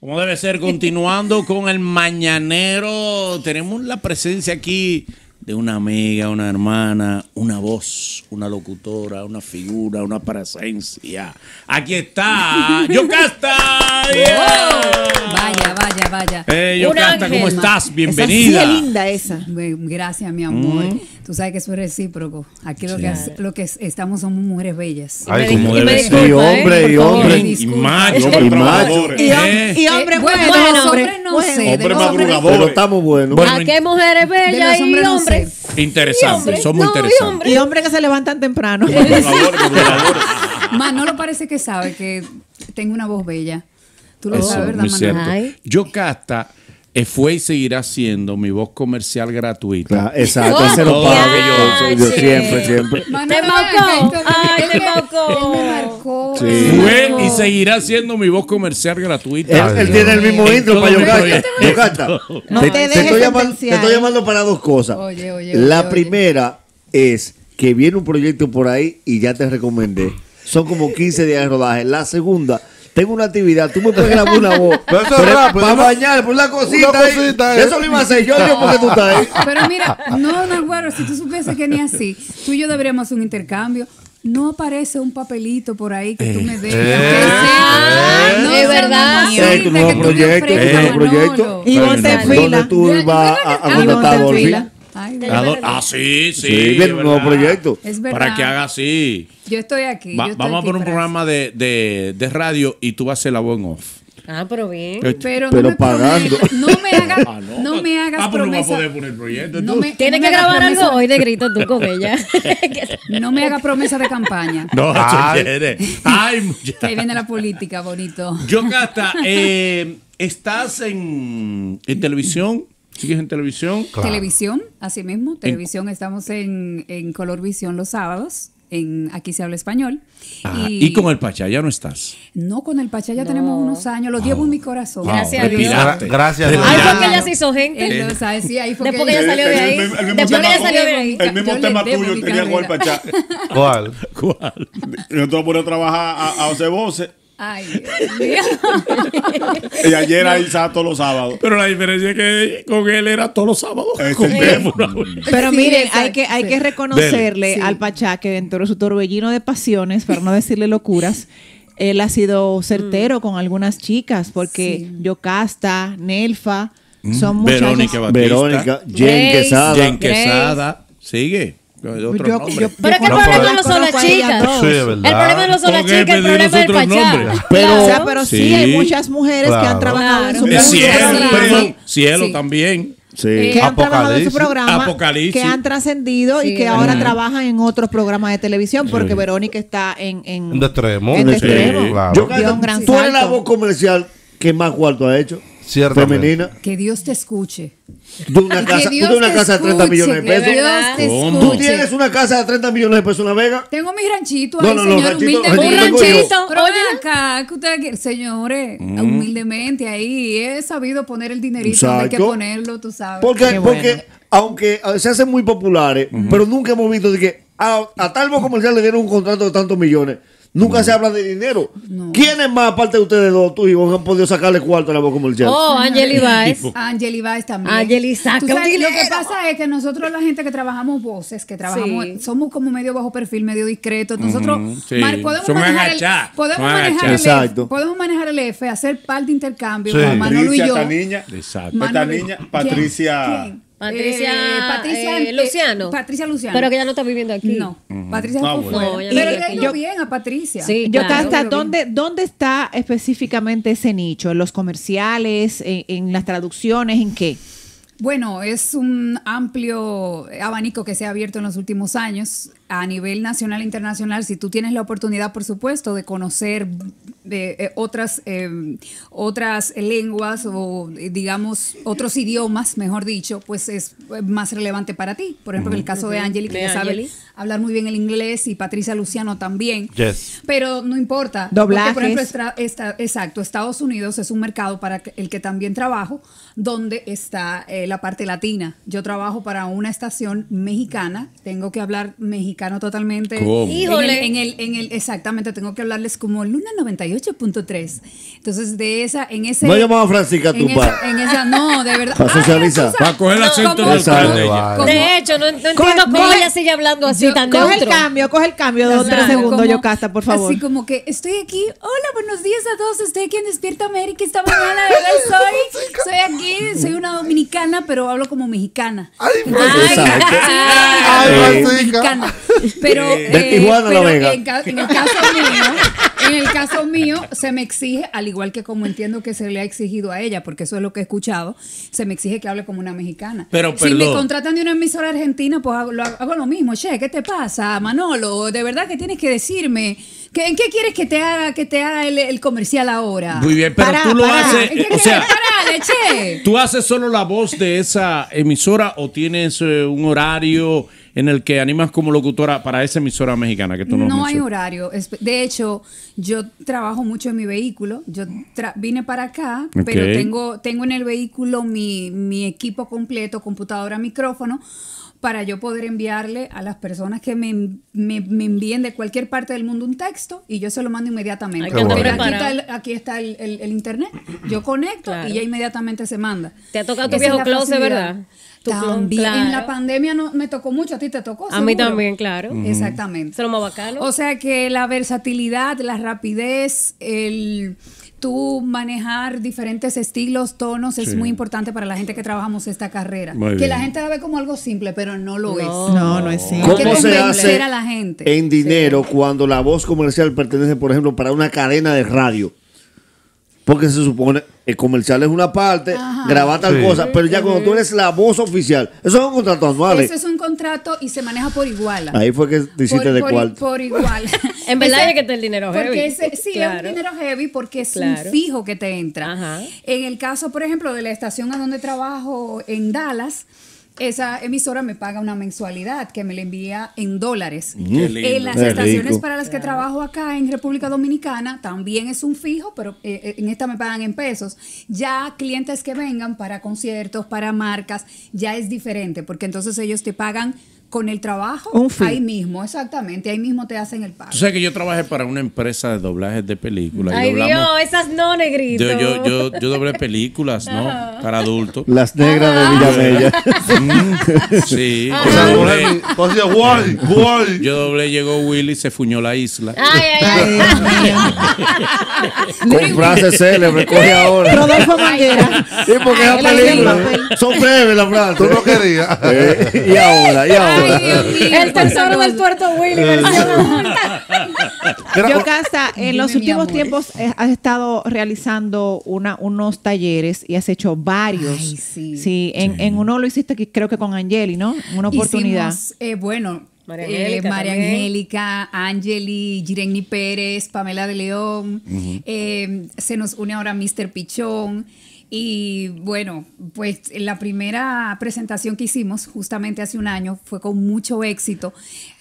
Como debe ser, continuando con el mañanero, tenemos la presencia aquí de una amiga, una hermana, una voz, una locutora, una figura, una presencia. Aquí está, Yocasta. Vaya, vaya, vaya. Hey, Yocasta, ¿cómo ángel. estás? Sí, Bienvenida. es linda esa. Bueno, Gracias, mi amor. Tú sabes que eso es recíproco. Aquí lo, que, hace- lo que estamos somos mujeres bellas. Ay, me como di- y me debe disculpa, ser. Y hombre, por y favor. hombre. y disculpa. macho, Y macho. trabajadores, Y, hom- ¿eh? y hombre, Eh, bueno, bueno, de los hombre, hombres no bueno. sé, de Hombre los hombres- madrugador. Pero estamos buenos. Bueno, ¿A qué mujeres bellas los hombres y no sé. hombres? interesante, hombre, Ah, son muy no, y interesantes. hombre. Y hombres que se levantan temprano. Madrugadores, madrugadores. Manolo parece que sabe que tengo una voz bella. Tú lo Eso, sabes, ¿verdad, muy cierto. Manolo? Ay. Yocasta eh, fue y seguirá siendo mi voz comercial gratuita. Claro, exacto, ese Oh, lo pago ya, yo, yo che. siempre, siempre. Ah. Manolo, Te marcó. ven acá, Ay, él te me- marcó. Él me marcó. Sí. Fue y seguirá siendo mi voz comercial gratuita. Ah, Él, él tiene el mismo En intro todo para el Yocasta. proyecto. Yocasta, No te dejes estoy llamando, te sentenciar. estoy llamando para dos cosas. Oye, oye, La oye, oye. primera es que viene un proyecto por ahí y ya te recomendé. Son como 15 días de rodaje. La segunda, tengo una actividad. Tú me puedes grabar una voz. Pero eso es rápido, Para ¿no? bañar, por una cosita. Una ahí. cosita, De eh. Eso lo iba a hacer yo, yo porque tú estás ahí. Pero mira, no, Nagüero, si tú supieses que ni así, tú y yo deberíamos hacer un intercambio. No aparece un papelito por ahí que tú me des. que sea. eh. no Es sea verdad. una cosita Eh, tu nuevo que tú me proyecto, tu ofrezcas, nuevo Manolo. proyecto. Y Bueno, ponte en ¿dónde fila. ¿Dónde tú Ya, vas ¿verdad que- a, ah, a contratar ponte a en Dolphy? fila. Ay, de Ah, verdad. do- ah, sí, sí. Sí, viene un nuevo ¿verdad? proyecto. Es verdad. Para que haga así. Yo estoy aquí. Va- yo estoy vamos a aquí poner un para programa de, de- de radio y tú vas a hacer la voz en off. Ah, pero bien. eso. Pero, Pero no me pagando. prometas- No me hagas, no. me hagas Ah, pero no va a promesa. poder poner el proyecto. No tú. me, Tienes no que me hagas grabar promesa- algo hoy de grito tú con ella. Que- No me haga promesa de campaña. No, Ay. señores. Ay, muchacha. Que ahí viene la política, bonito. Yocasta, eh, ¿estás en, en televisión? ¿Sigues en televisión? Televisión, así mismo, televisión, estamos en, en Color Visión los sábados, en Aquí se habla español. Ah, y, con el Pachá ya no estás. No, con el Pachá ya tenemos unos años, lo llevo en mi corazón. Wow, Gracias a Dios. respiraste. Gracias a Dios. Ahí fue Claro. que ella se hizo gente. Él lo sabe, sí, ahí fue Después que ella salió de ahí. El mismo- el mismo Después que ella tema- salió de ahí. El mismo Yo le tema debo tuyo mi tenía con el carrera. Pachá. ¿Cuál? ¿Cuál? Yo te voy a poner a trabajar a, a hacer voces. Ay, Dios mío. Y ayer ahí estaba todos los sábados. Pero la diferencia es que con él era todos los sábados. Ese Con es. él fue una- Pero Sí, miren, exacto, hay que, hay sí. que reconocerle Sí. al Pachá que dentro de su torbellino de pasiones, para no decirle locuras, él ha sido certero con algunas chicas, porque Yocasta, Nelfa, son muchachas. Mm, Verónica Batista. Verónica, Jen Grace. Quesada. Jen Grace. Quesada. Sigue. Otro Yo- nombre. yo- yo Pero es que el conozco- problema no son las conozco a ellas chicas. dos. Sí, de El verdad. problema no son las Porque chicas, pedimos el problema es el otros nombres. pachá. Pero- O sea, pero sí, Sí. hay muchas mujeres que han Claro. trabajado en su Claro. Es Mucho cielo, más. perdón. Cielo Sí. también. Sí. eh, que han trabajado en su Apocalipsis. programa, Apocalipsis. que han trascendido y Sí, que es ahora verdad. trabajan en otros programas de televisión, porque Verónica está en, en, En De Extremo. En De Sí, Extremo. claro. Yo, Dio un gran tú eres la salto. voz comercial que más cuarto ha hecho. Ciertamente. Femenina. Que Dios te escuche. De una Que casa, tú Dios tienes una te casa de 30 escuche, millones de que pesos. Dios te ¿Cómo? Tú escuche. tienes una casa de 30 millones de pesos en La Vega. Tengo mi ranchito No, ahí, no, no, señor, ranchito, humildemente. ranchito tengo yo. Ranchito, Pero oye. ven acá, que ustedes quieren- señores, humildemente ahí he sabido poner el dinerito donde hay que Exacto. ponerlo, tú sabes. Porque, Qué bueno. porque aunque se hacen muy populares, pero nunca hemos visto de que a, a tal voz comercial le dieron un contrato de tantos millones. Nunca se habla de dinero. ¿Quiénes más, aparte de ustedes dos, tú y vos, han podido sacarle cuarto a la voz comercial? Oh, Angel Ibáez. Angel Ibáez también. Angel y saca Tú sabes, un Lo dinero. que pasa es que nosotros, la gente que trabajamos voces, que trabajamos, Sí. somos como medio bajo perfil, medio discreto. Nosotros Ujú, sí. Mar- podemos, Son manejar el, agachá, podemos, son manejar agachá. el F, Exacto. podemos manejar el F, hacer par de intercambios Sí. como Manolo y Patricia, yo. esta niña. Exacto. Ah, Esta Manolo- niña, ¿Quién? Patricia. ¿Quién? Patricia, Patricia eh, Luciano. Patricia Luciano. Pero que ya no está viviendo aquí. No, Patricia Ah, fue bueno. fuera. No, ella Pero no le ha vive ido aquí. bien a Patricia. Sí, Yo- claro. Yocasta, Yo lo vi. ¿dónde, ¿dónde está específicamente ese nicho? ¿En los comerciales? En, en las traducciones? ¿En qué? Bueno, es un amplio abanico que se ha abierto en los últimos años a nivel nacional e internacional. Si tú tienes la oportunidad, por supuesto, de conocer de, eh, otras, eh, otras lenguas o, eh, digamos, otros idiomas, mejor dicho, pues es eh, más relevante para ti. Por ejemplo, en el caso de Angeli, que De ya sabe Angeli. hablar muy bien el inglés, y Patricia Luciano también. Yes. Pero no importa. Porque, por Doblajes. ejemplo, estra- esta- exacto, Estados Unidos es un mercado para que- el que también trabajo, donde está eh, la parte latina. Yo trabajo para una estación mexicana, tengo que hablar mexicano dominicano totalmente. ¿Cómo? Híjole. En el, en el- en el- exactamente, tengo que hablarles como Luna 98.3. Entonces, de esa, en ese. No llamaba a Francisca en tu esa, padre. en esa, no, de verdad. Ah, Para Ay, socializar. Susan, Para coger el no, acento ¿cómo- del cómo- alcalde ya. cómo- De hecho, no, no Coge- entiendo cómo coge- ella sigue hablando así Yo- tan Coge el neutro. cambio, coge el cambio, dos o Claro, tres segundos, como- Yocasta, por favor. Así como que estoy aquí. Hola, buenos días a todos. Estoy aquí en Despierta América esta mañana. ¿verdad? Soy, soy aquí, soy una dominicana, pero hablo como mexicana. Ay, Francisca. Ay, Ay, ay, Francisca. mexicana. Pero, De eh, Tijuana a La pero Vega. En, ca- en el caso mío, en el caso mío, se me exige, al igual que como entiendo que se le ha exigido a ella, porque eso es lo que he escuchado, se me exige que hable como una mexicana. Pero, si me perdón. contratan de una emisora argentina, pues hago lo, hago lo mismo. Che, ¿qué te pasa, Manolo? De verdad que tienes que decirme. ¿Qué- ¿En qué quieres que te haga, que te haga el, el comercial ahora? Ah, Muy bien, pero Para, tú lo para. haces, ¿En qué o quieres sea, pararle, che? ¿Tú haces solo la voz de esa emisora o tienes eh, un horario en el que animas como locutora para esa emisora mexicana que tú nos No hay mencionas? horario. Espe- De hecho, yo trabajo mucho en mi vehículo. Yo tra- vine para acá, Ok. pero tengo, tengo en el vehículo mi, mi equipo completo, computadora, micrófono, para yo poder enviarle a las personas que me, me- me envíen de cualquier parte del mundo un texto y yo se lo mando inmediatamente. Ay, que ando Pero aquí preparado. está, el, aquí está el- el- el internet, yo conecto Claro. y ya inmediatamente se manda. Te ha tocado tu Esa es viejo la closet, facilidad. ¿verdad? Tu clo- También en la claro. pandemia no, me tocó mucho, a ti te tocó. A mí seguro. también, claro. Mm. Exactamente. Eso es lo más bacano. O sea que la versatilidad, la rapidez, el tú manejar diferentes estilos, tonos, es muy importante para la gente que trabajamos esta carrera. Muy que bien. la gente la ve como algo simple, pero no lo es. No, no es simple. Hay que ¿Cómo se convencer hace a la gente. en dinero cuando la voz comercial pertenece, por ejemplo, para una cadena de radio? Porque se supone el comercial es una parte, grabar tal Sí. cosa, pero ya cuando tú eres la voz oficial, eso es un contrato anual. eh. Eso es un contrato y se maneja por igual. Ahí fue que te hiciste por, de por- cuarto. por igual. En verdad Ese- es que está el dinero heavy. Porque ese- sí, es Claro. un dinero heavy porque es Claro. un fijo que te entra. Ajá. En el caso, por ejemplo, de la estación a donde trabajo en Dallas, esa emisora me paga una mensualidad que me la envía en dólares. lindo. En las Mm. Qué estaciones rico. para las que trabajo acá en República Dominicana también es un fijo, pero eh, eh, en esta me pagan en pesos. Ya clientes que vengan para conciertos, para marcas, ya es diferente, porque entonces ellos te pagan con el trabajo Un fee. ahí mismo, exactamente, ahí mismo te hacen el pago. Tú sabes que yo trabajé para una empresa de doblajes de películas. y Ay, doblamos- Dios, esas no, negrito. Yo, yo, yo, yo doblé películas, ¿no? Para adultos. Las negras Ah. de Villamella. Sí. O sea, por ejemplo, tú hacías guay, guay. Yo doblé, llegó Willy, se fuñó la isla. Ay, ay, ay. Con frases célebres, coge ahora. Rodolfo Manguera. Sí, porque Ah, esa él hacía el película. papel. Son breves las frases. Tú no querías. Eh, y ahora, y ahora. El tesoro del puerto Willy, versión adulta. Mira, Yo, por- Casta, en los Dime, mi últimos amor. tiempos eh, has estado realizando una, unos talleres y has hecho varios. Ay, sí. en, en uno lo hiciste que creo que con Angeli, ¿no? En Una oportunidad. Hicimos, eh, bueno, María eh, Angélica María también. Angélica, Angeli, Jireni Pérez, Pamela de León, eh, se nos une ahora Mr. Pichón. Y bueno, pues la primera presentación que hicimos justamente hace un año fue con mucho éxito.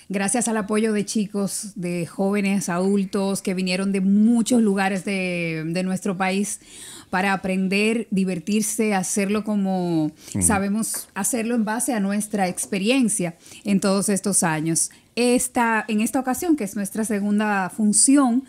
Gracias al apoyo de chicos, de jóvenes, adultos que vinieron de muchos lugares de, de nuestro país para aprender, divertirse, hacerlo como sabemos hacerlo en base a nuestra experiencia en todos estos años. Esta, en esta ocasión, que es nuestra segunda función,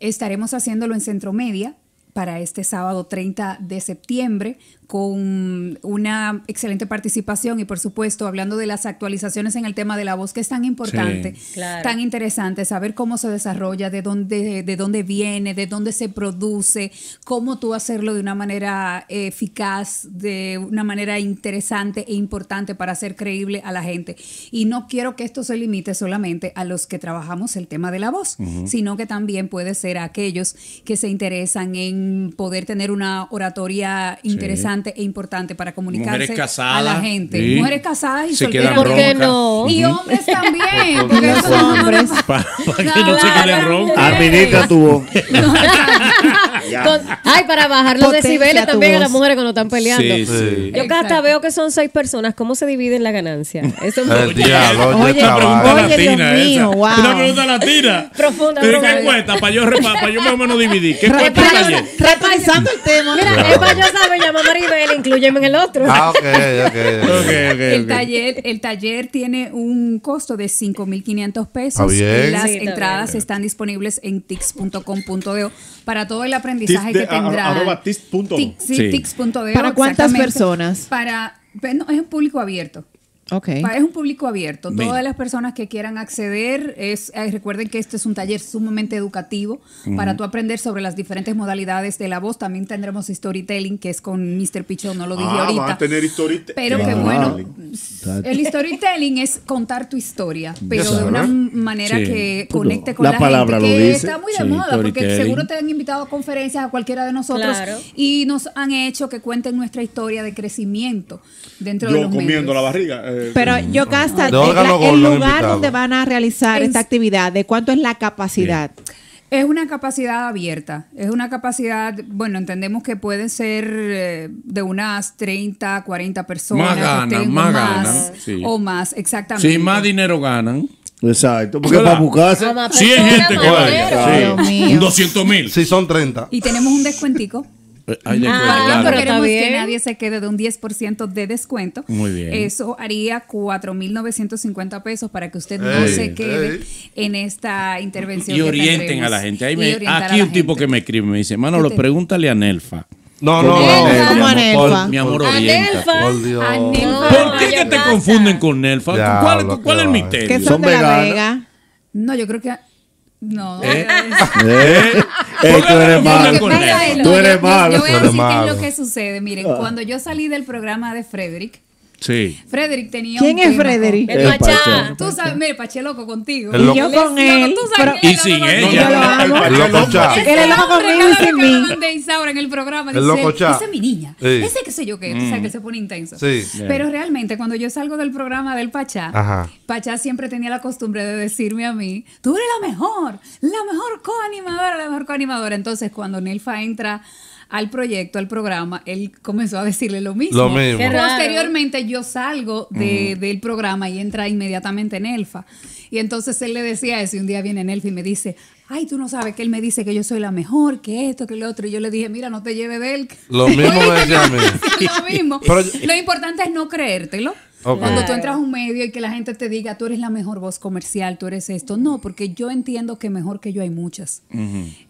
estaremos haciéndolo en Centro Media para este sábado 30 de septiembre con una excelente participación y por supuesto hablando de las actualizaciones en el tema de la voz que es tan importante, Claro. tan interesante saber cómo se desarrolla, de dónde, de dónde viene, de dónde se produce, cómo tú hacerlo de una manera eh, eficaz, de una manera interesante e importante para hacer creíble a la gente. Y no quiero que esto se limite solamente a los que trabajamos el tema de la voz, sino que también puede ser a aquellos que se interesan en poder tener una oratoria interesante e importante para comunicarse Mujeres a la casadas. gente. Sí. Mujeres casadas y Se solteras. quedan ¿Por qué roncas. no? Y hombres también, porque Los eso no- hombres. Para que no se queden roncas. Administra tu voz. No, exacto. Con- ay, para bajar los Potencia decibeles tu también a voz. las mujeres cuando están peleando. Sí, sí. Yo cada hasta veo que son seis personas. ¿Cómo se dividen la ganancia? Eso es El diablo, oye, Oye, Una pregunta chaval. oye, latina esa. Dios mío, wow. Una pregunta latina. Profunda, ¿Pero profunda. ¿Qué cuesta? Para yo, repa- pa' yo más o menos dividir. ¿Qué Repa- cuesta el taller? Repasando el tema. Mira, es para yo saber, llama a Maribel, incluyeme en el otro. Ah, ok, ok. ok. El taller, el taller tiene un costo de 5.500 Ah, pesos. bien. y las Sí, está entradas están disponibles en tics.com.do para todo el aprendizaje Tics de- que tendrá. a- arroba tics.do. Tic- sí, Sí. tics.do, ¿Para cuántas exactamente. personas? Para, bueno, es un público abierto. Ok. Pa- Es un público abierto. Mira. Todas las personas que quieran acceder, es, eh, recuerden que este es un taller sumamente educativo para tú aprender sobre las diferentes modalidades de la voz. También tendremos storytelling, que es con Mr. Pichón, no lo dije Ah, ahorita. vas a tener historite- Pero que Claro. bueno, el storytelling es contar tu historia, pero de una manera Sí. que conecte con La la, palabra gente, lo que dice. está muy de Sí, moda, porque storytelling. seguro te han invitado a conferencias a cualquiera de nosotros Claro. y nos han hecho que cuenten nuestra historia de crecimiento dentro de Yo los comiendo medios. la barriga. eh, Pero Mm. yo, Casta, De el, órgano la- el gordo, lugar invitado. donde van a realizar En- esta actividad, ¿de cuánto es la capacidad? Es una capacidad abierta, es una capacidad, bueno, entendemos que pueden ser eh, de unas 30, 40 personas. Más ganan, que estén, o más ganan, sí. O más, exactamente. Si más dinero ganan. Exacto, porque Hola. para Ah, buscarse. Mamá, Si hay persona, gente que vaya. manero. Sí. Dios mío. 200 mil. Si son 30. Y tenemos un descuentico. Ay, de acuerdo, Ah, claro. Porque pero está queremos que bien. nadie se quede de un 10% de descuento. Muy bien. Eso haría 4.950 pesos para que usted no Ey, se quede ey. en esta intervención. Y que orienten tendremos. a la gente. Ahí Y me- orientar a aquí la un tipo gente. que me escribe me dice, Manolo, te- pregúntale a Nelfa. No, no, no. Nelfa. Mi amor, Nelfa. por- Mi amor, por- orienta. Adelfa. Por Dios. Anel- ¿Por Ay, qué que te Ocasa. confunden con Nelfa? Ya, ¿Cuál, lo que cuál es el va. Que misterio? son, Son de La veganas. Vega. No, yo creo que... No. ¿Eh? Eh, eh, tú eres malo. Yo- venga esto, Tú yo- eres yo- Yo voy malo. Tú a decir eres qué es malo. lo que sucede. Miren, cuando yo salí del programa de Frederick, Sí. Frederick tenía ¿Quién un es tema Frederick? El Eh, Pachá. con- Tú sabes, mire, Paché loco contigo. El Y yo Les- con no, él. tú pero- sabes que Y él es sin loco ella. contigo. Yo lo El amo. loco chá. Ese Él es loco hombre, conmigo y cada vez sin que hablan mí. de Isaura en el programa, El dice, loco chá. esa es mi niña, Sí. ese que sé yo qué, tú Mm. sabes que él se pone intenso. Sí. Pero realmente, cuando yo salgo del programa del Pachá, Ajá. Pachá siempre tenía la costumbre de decirme a mí, tú eres la mejor, la mejor coanimadora, la mejor coanimadora. Entonces, cuando Nelfa entra al proyecto, al programa, él comenzó a decirle lo mismo. Lo mismo. Qué raro. Posteriormente yo salgo de- del programa y entra inmediatamente en Elfa. Y entonces él le decía eso y un día viene en Elfa y me dice, ay, tú no sabes que él me dice que yo soy la mejor, que esto, que lo otro. Y yo le dije, mira, no te lleve de él. Lo mismo me decía a mí. lo mismo. Pero- lo importante es no creértelo. Ok. Cuando tú entras a un medio y que la gente te diga, tú eres la mejor voz comercial, tú eres esto. No, porque yo entiendo que mejor que yo hay muchas.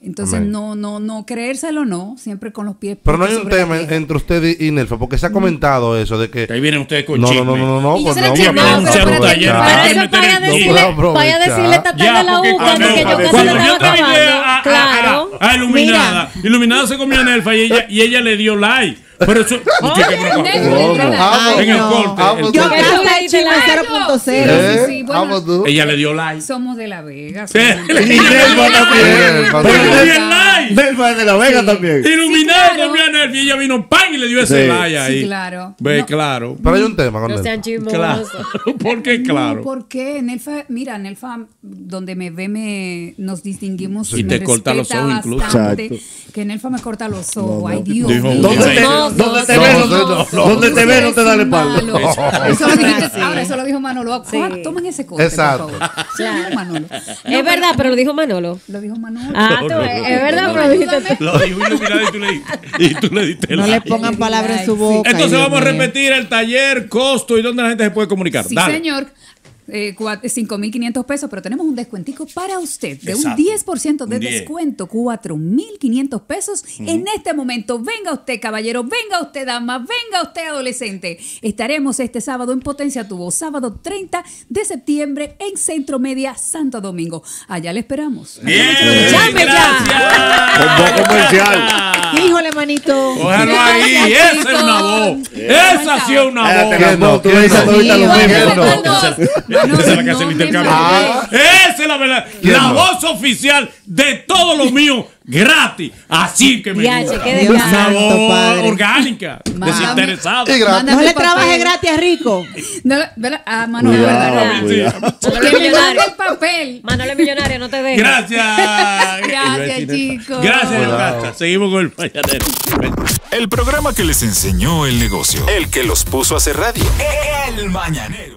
Entonces, Amén. no, no, no, creérselo no, siempre con los pies. Pero no hay puestos un sobre la tema tierra. entre usted y Nelfa, porque se ha comentado eso de que. Que Ahí vienen ustedes con No, no, chisme. no, no, no, Y yo pues se la no, chismaba, vamos pero a pero espérate, aprovechar. para para eso vaya a No, decirle, pero vaya a decirle esta tarde a la porque U cuando cuando- que yo casi cuando la yo ah, traía estaba grabando. a, a- Claro. a- a Iluminada, Iluminada se comió en Elfa y ella, y ella le dio like. Pero eso. Usted que me- Vamos, En el corte, vamos, el Yo tú. corte. Casta el chisme Ay, no. 0.0. ¿Eh? Sí, sí, bueno. Vamos tú. Ella le dio like. Somos de La Vega. somos de La Sí. Y Nelva Eh, también. cuando- Pero le dio Pero el like. Nelva es de la Vega también. Iluminada Sí, claro. comió en Elfa y ella vino pan y le dio ese Sí. like ahí. Sí, claro. Ve, No. claro. Pero hay un tema ah. con Nelfa. No sean Claro. chismosos. Porque No, claro. porque Nelfa, mira, Nelfa, donde me ve, me, nos distinguimos. Y me te corta los respeta ojos incluso. bastante, Exacto. Que Nelfa me corta los ojos. Ay, Dios. Dijo, mío. ¿Dónde te, No, dónde te no, ve? no, No, no, no, ¿Dónde te ve? No te da la espalda. Malo. Eso lo dijiste, Sí. ahora eso lo dijo Manolo. Ahora, Tomen ese corte, Exacto. por favor. Eso lo dijo Claro. Manolo. Es verdad, pero lo dijo Manolo. Lo dijo Manolo. Ah, tú, no, es verdad, no, pero no, lo dijiste tú. Lo dijo Iluminada y tú le, y tú le diste No le like. pongan palabras en su boca. Entonces Dios vamos a mío. repetir el taller, costo y dónde la gente se puede comunicar. Sí, Dale. señor. Eh, cua- 5.500 pesos, pero tenemos un descuentico para usted de Exacto. un 10% de Un 10. descuento, 4.500 pesos en este momento. Venga usted, caballero, venga usted, dama, venga usted, adolescente. Estaremos este sábado en Potencia Tu Voz, sábado 30 de septiembre en Centro Media, Santo Domingo. Allá le esperamos. Bien, Llame ya. gracias. Con voz comercial. Híjole, manito. Cógelo ahí, Gracias, esa es una voz. chicos. Esa sí es una Cállate voz. la ¿Quién no? voz, tú le ¿Quién dices no? ahorita lo ¿Quién mismo. no? Esa es la que hace el intercambio. Ah. Esa es la verdad. ¿Quién La no? voz oficial de todo lo mío, gratis. Así que me Ya, gusta. che, qué Dios desgracia. Una santo, voz padre. orgánica, desinteresada. Y gratis. No le trabaje gratis a Rico. No, ¿verdad? Ah, Manolo, Cuidado, ¿verdad? cuidado. Manolo Que es me mande millonario. el papel. Manolo es millonario, no te dejes. Gracias. Gracias, Gracias, chicos. Gracias, Nebraska. Seguimos con el mañanero. El programa que les enseñó el negocio. El que los puso a hacer radio. El Mañanero.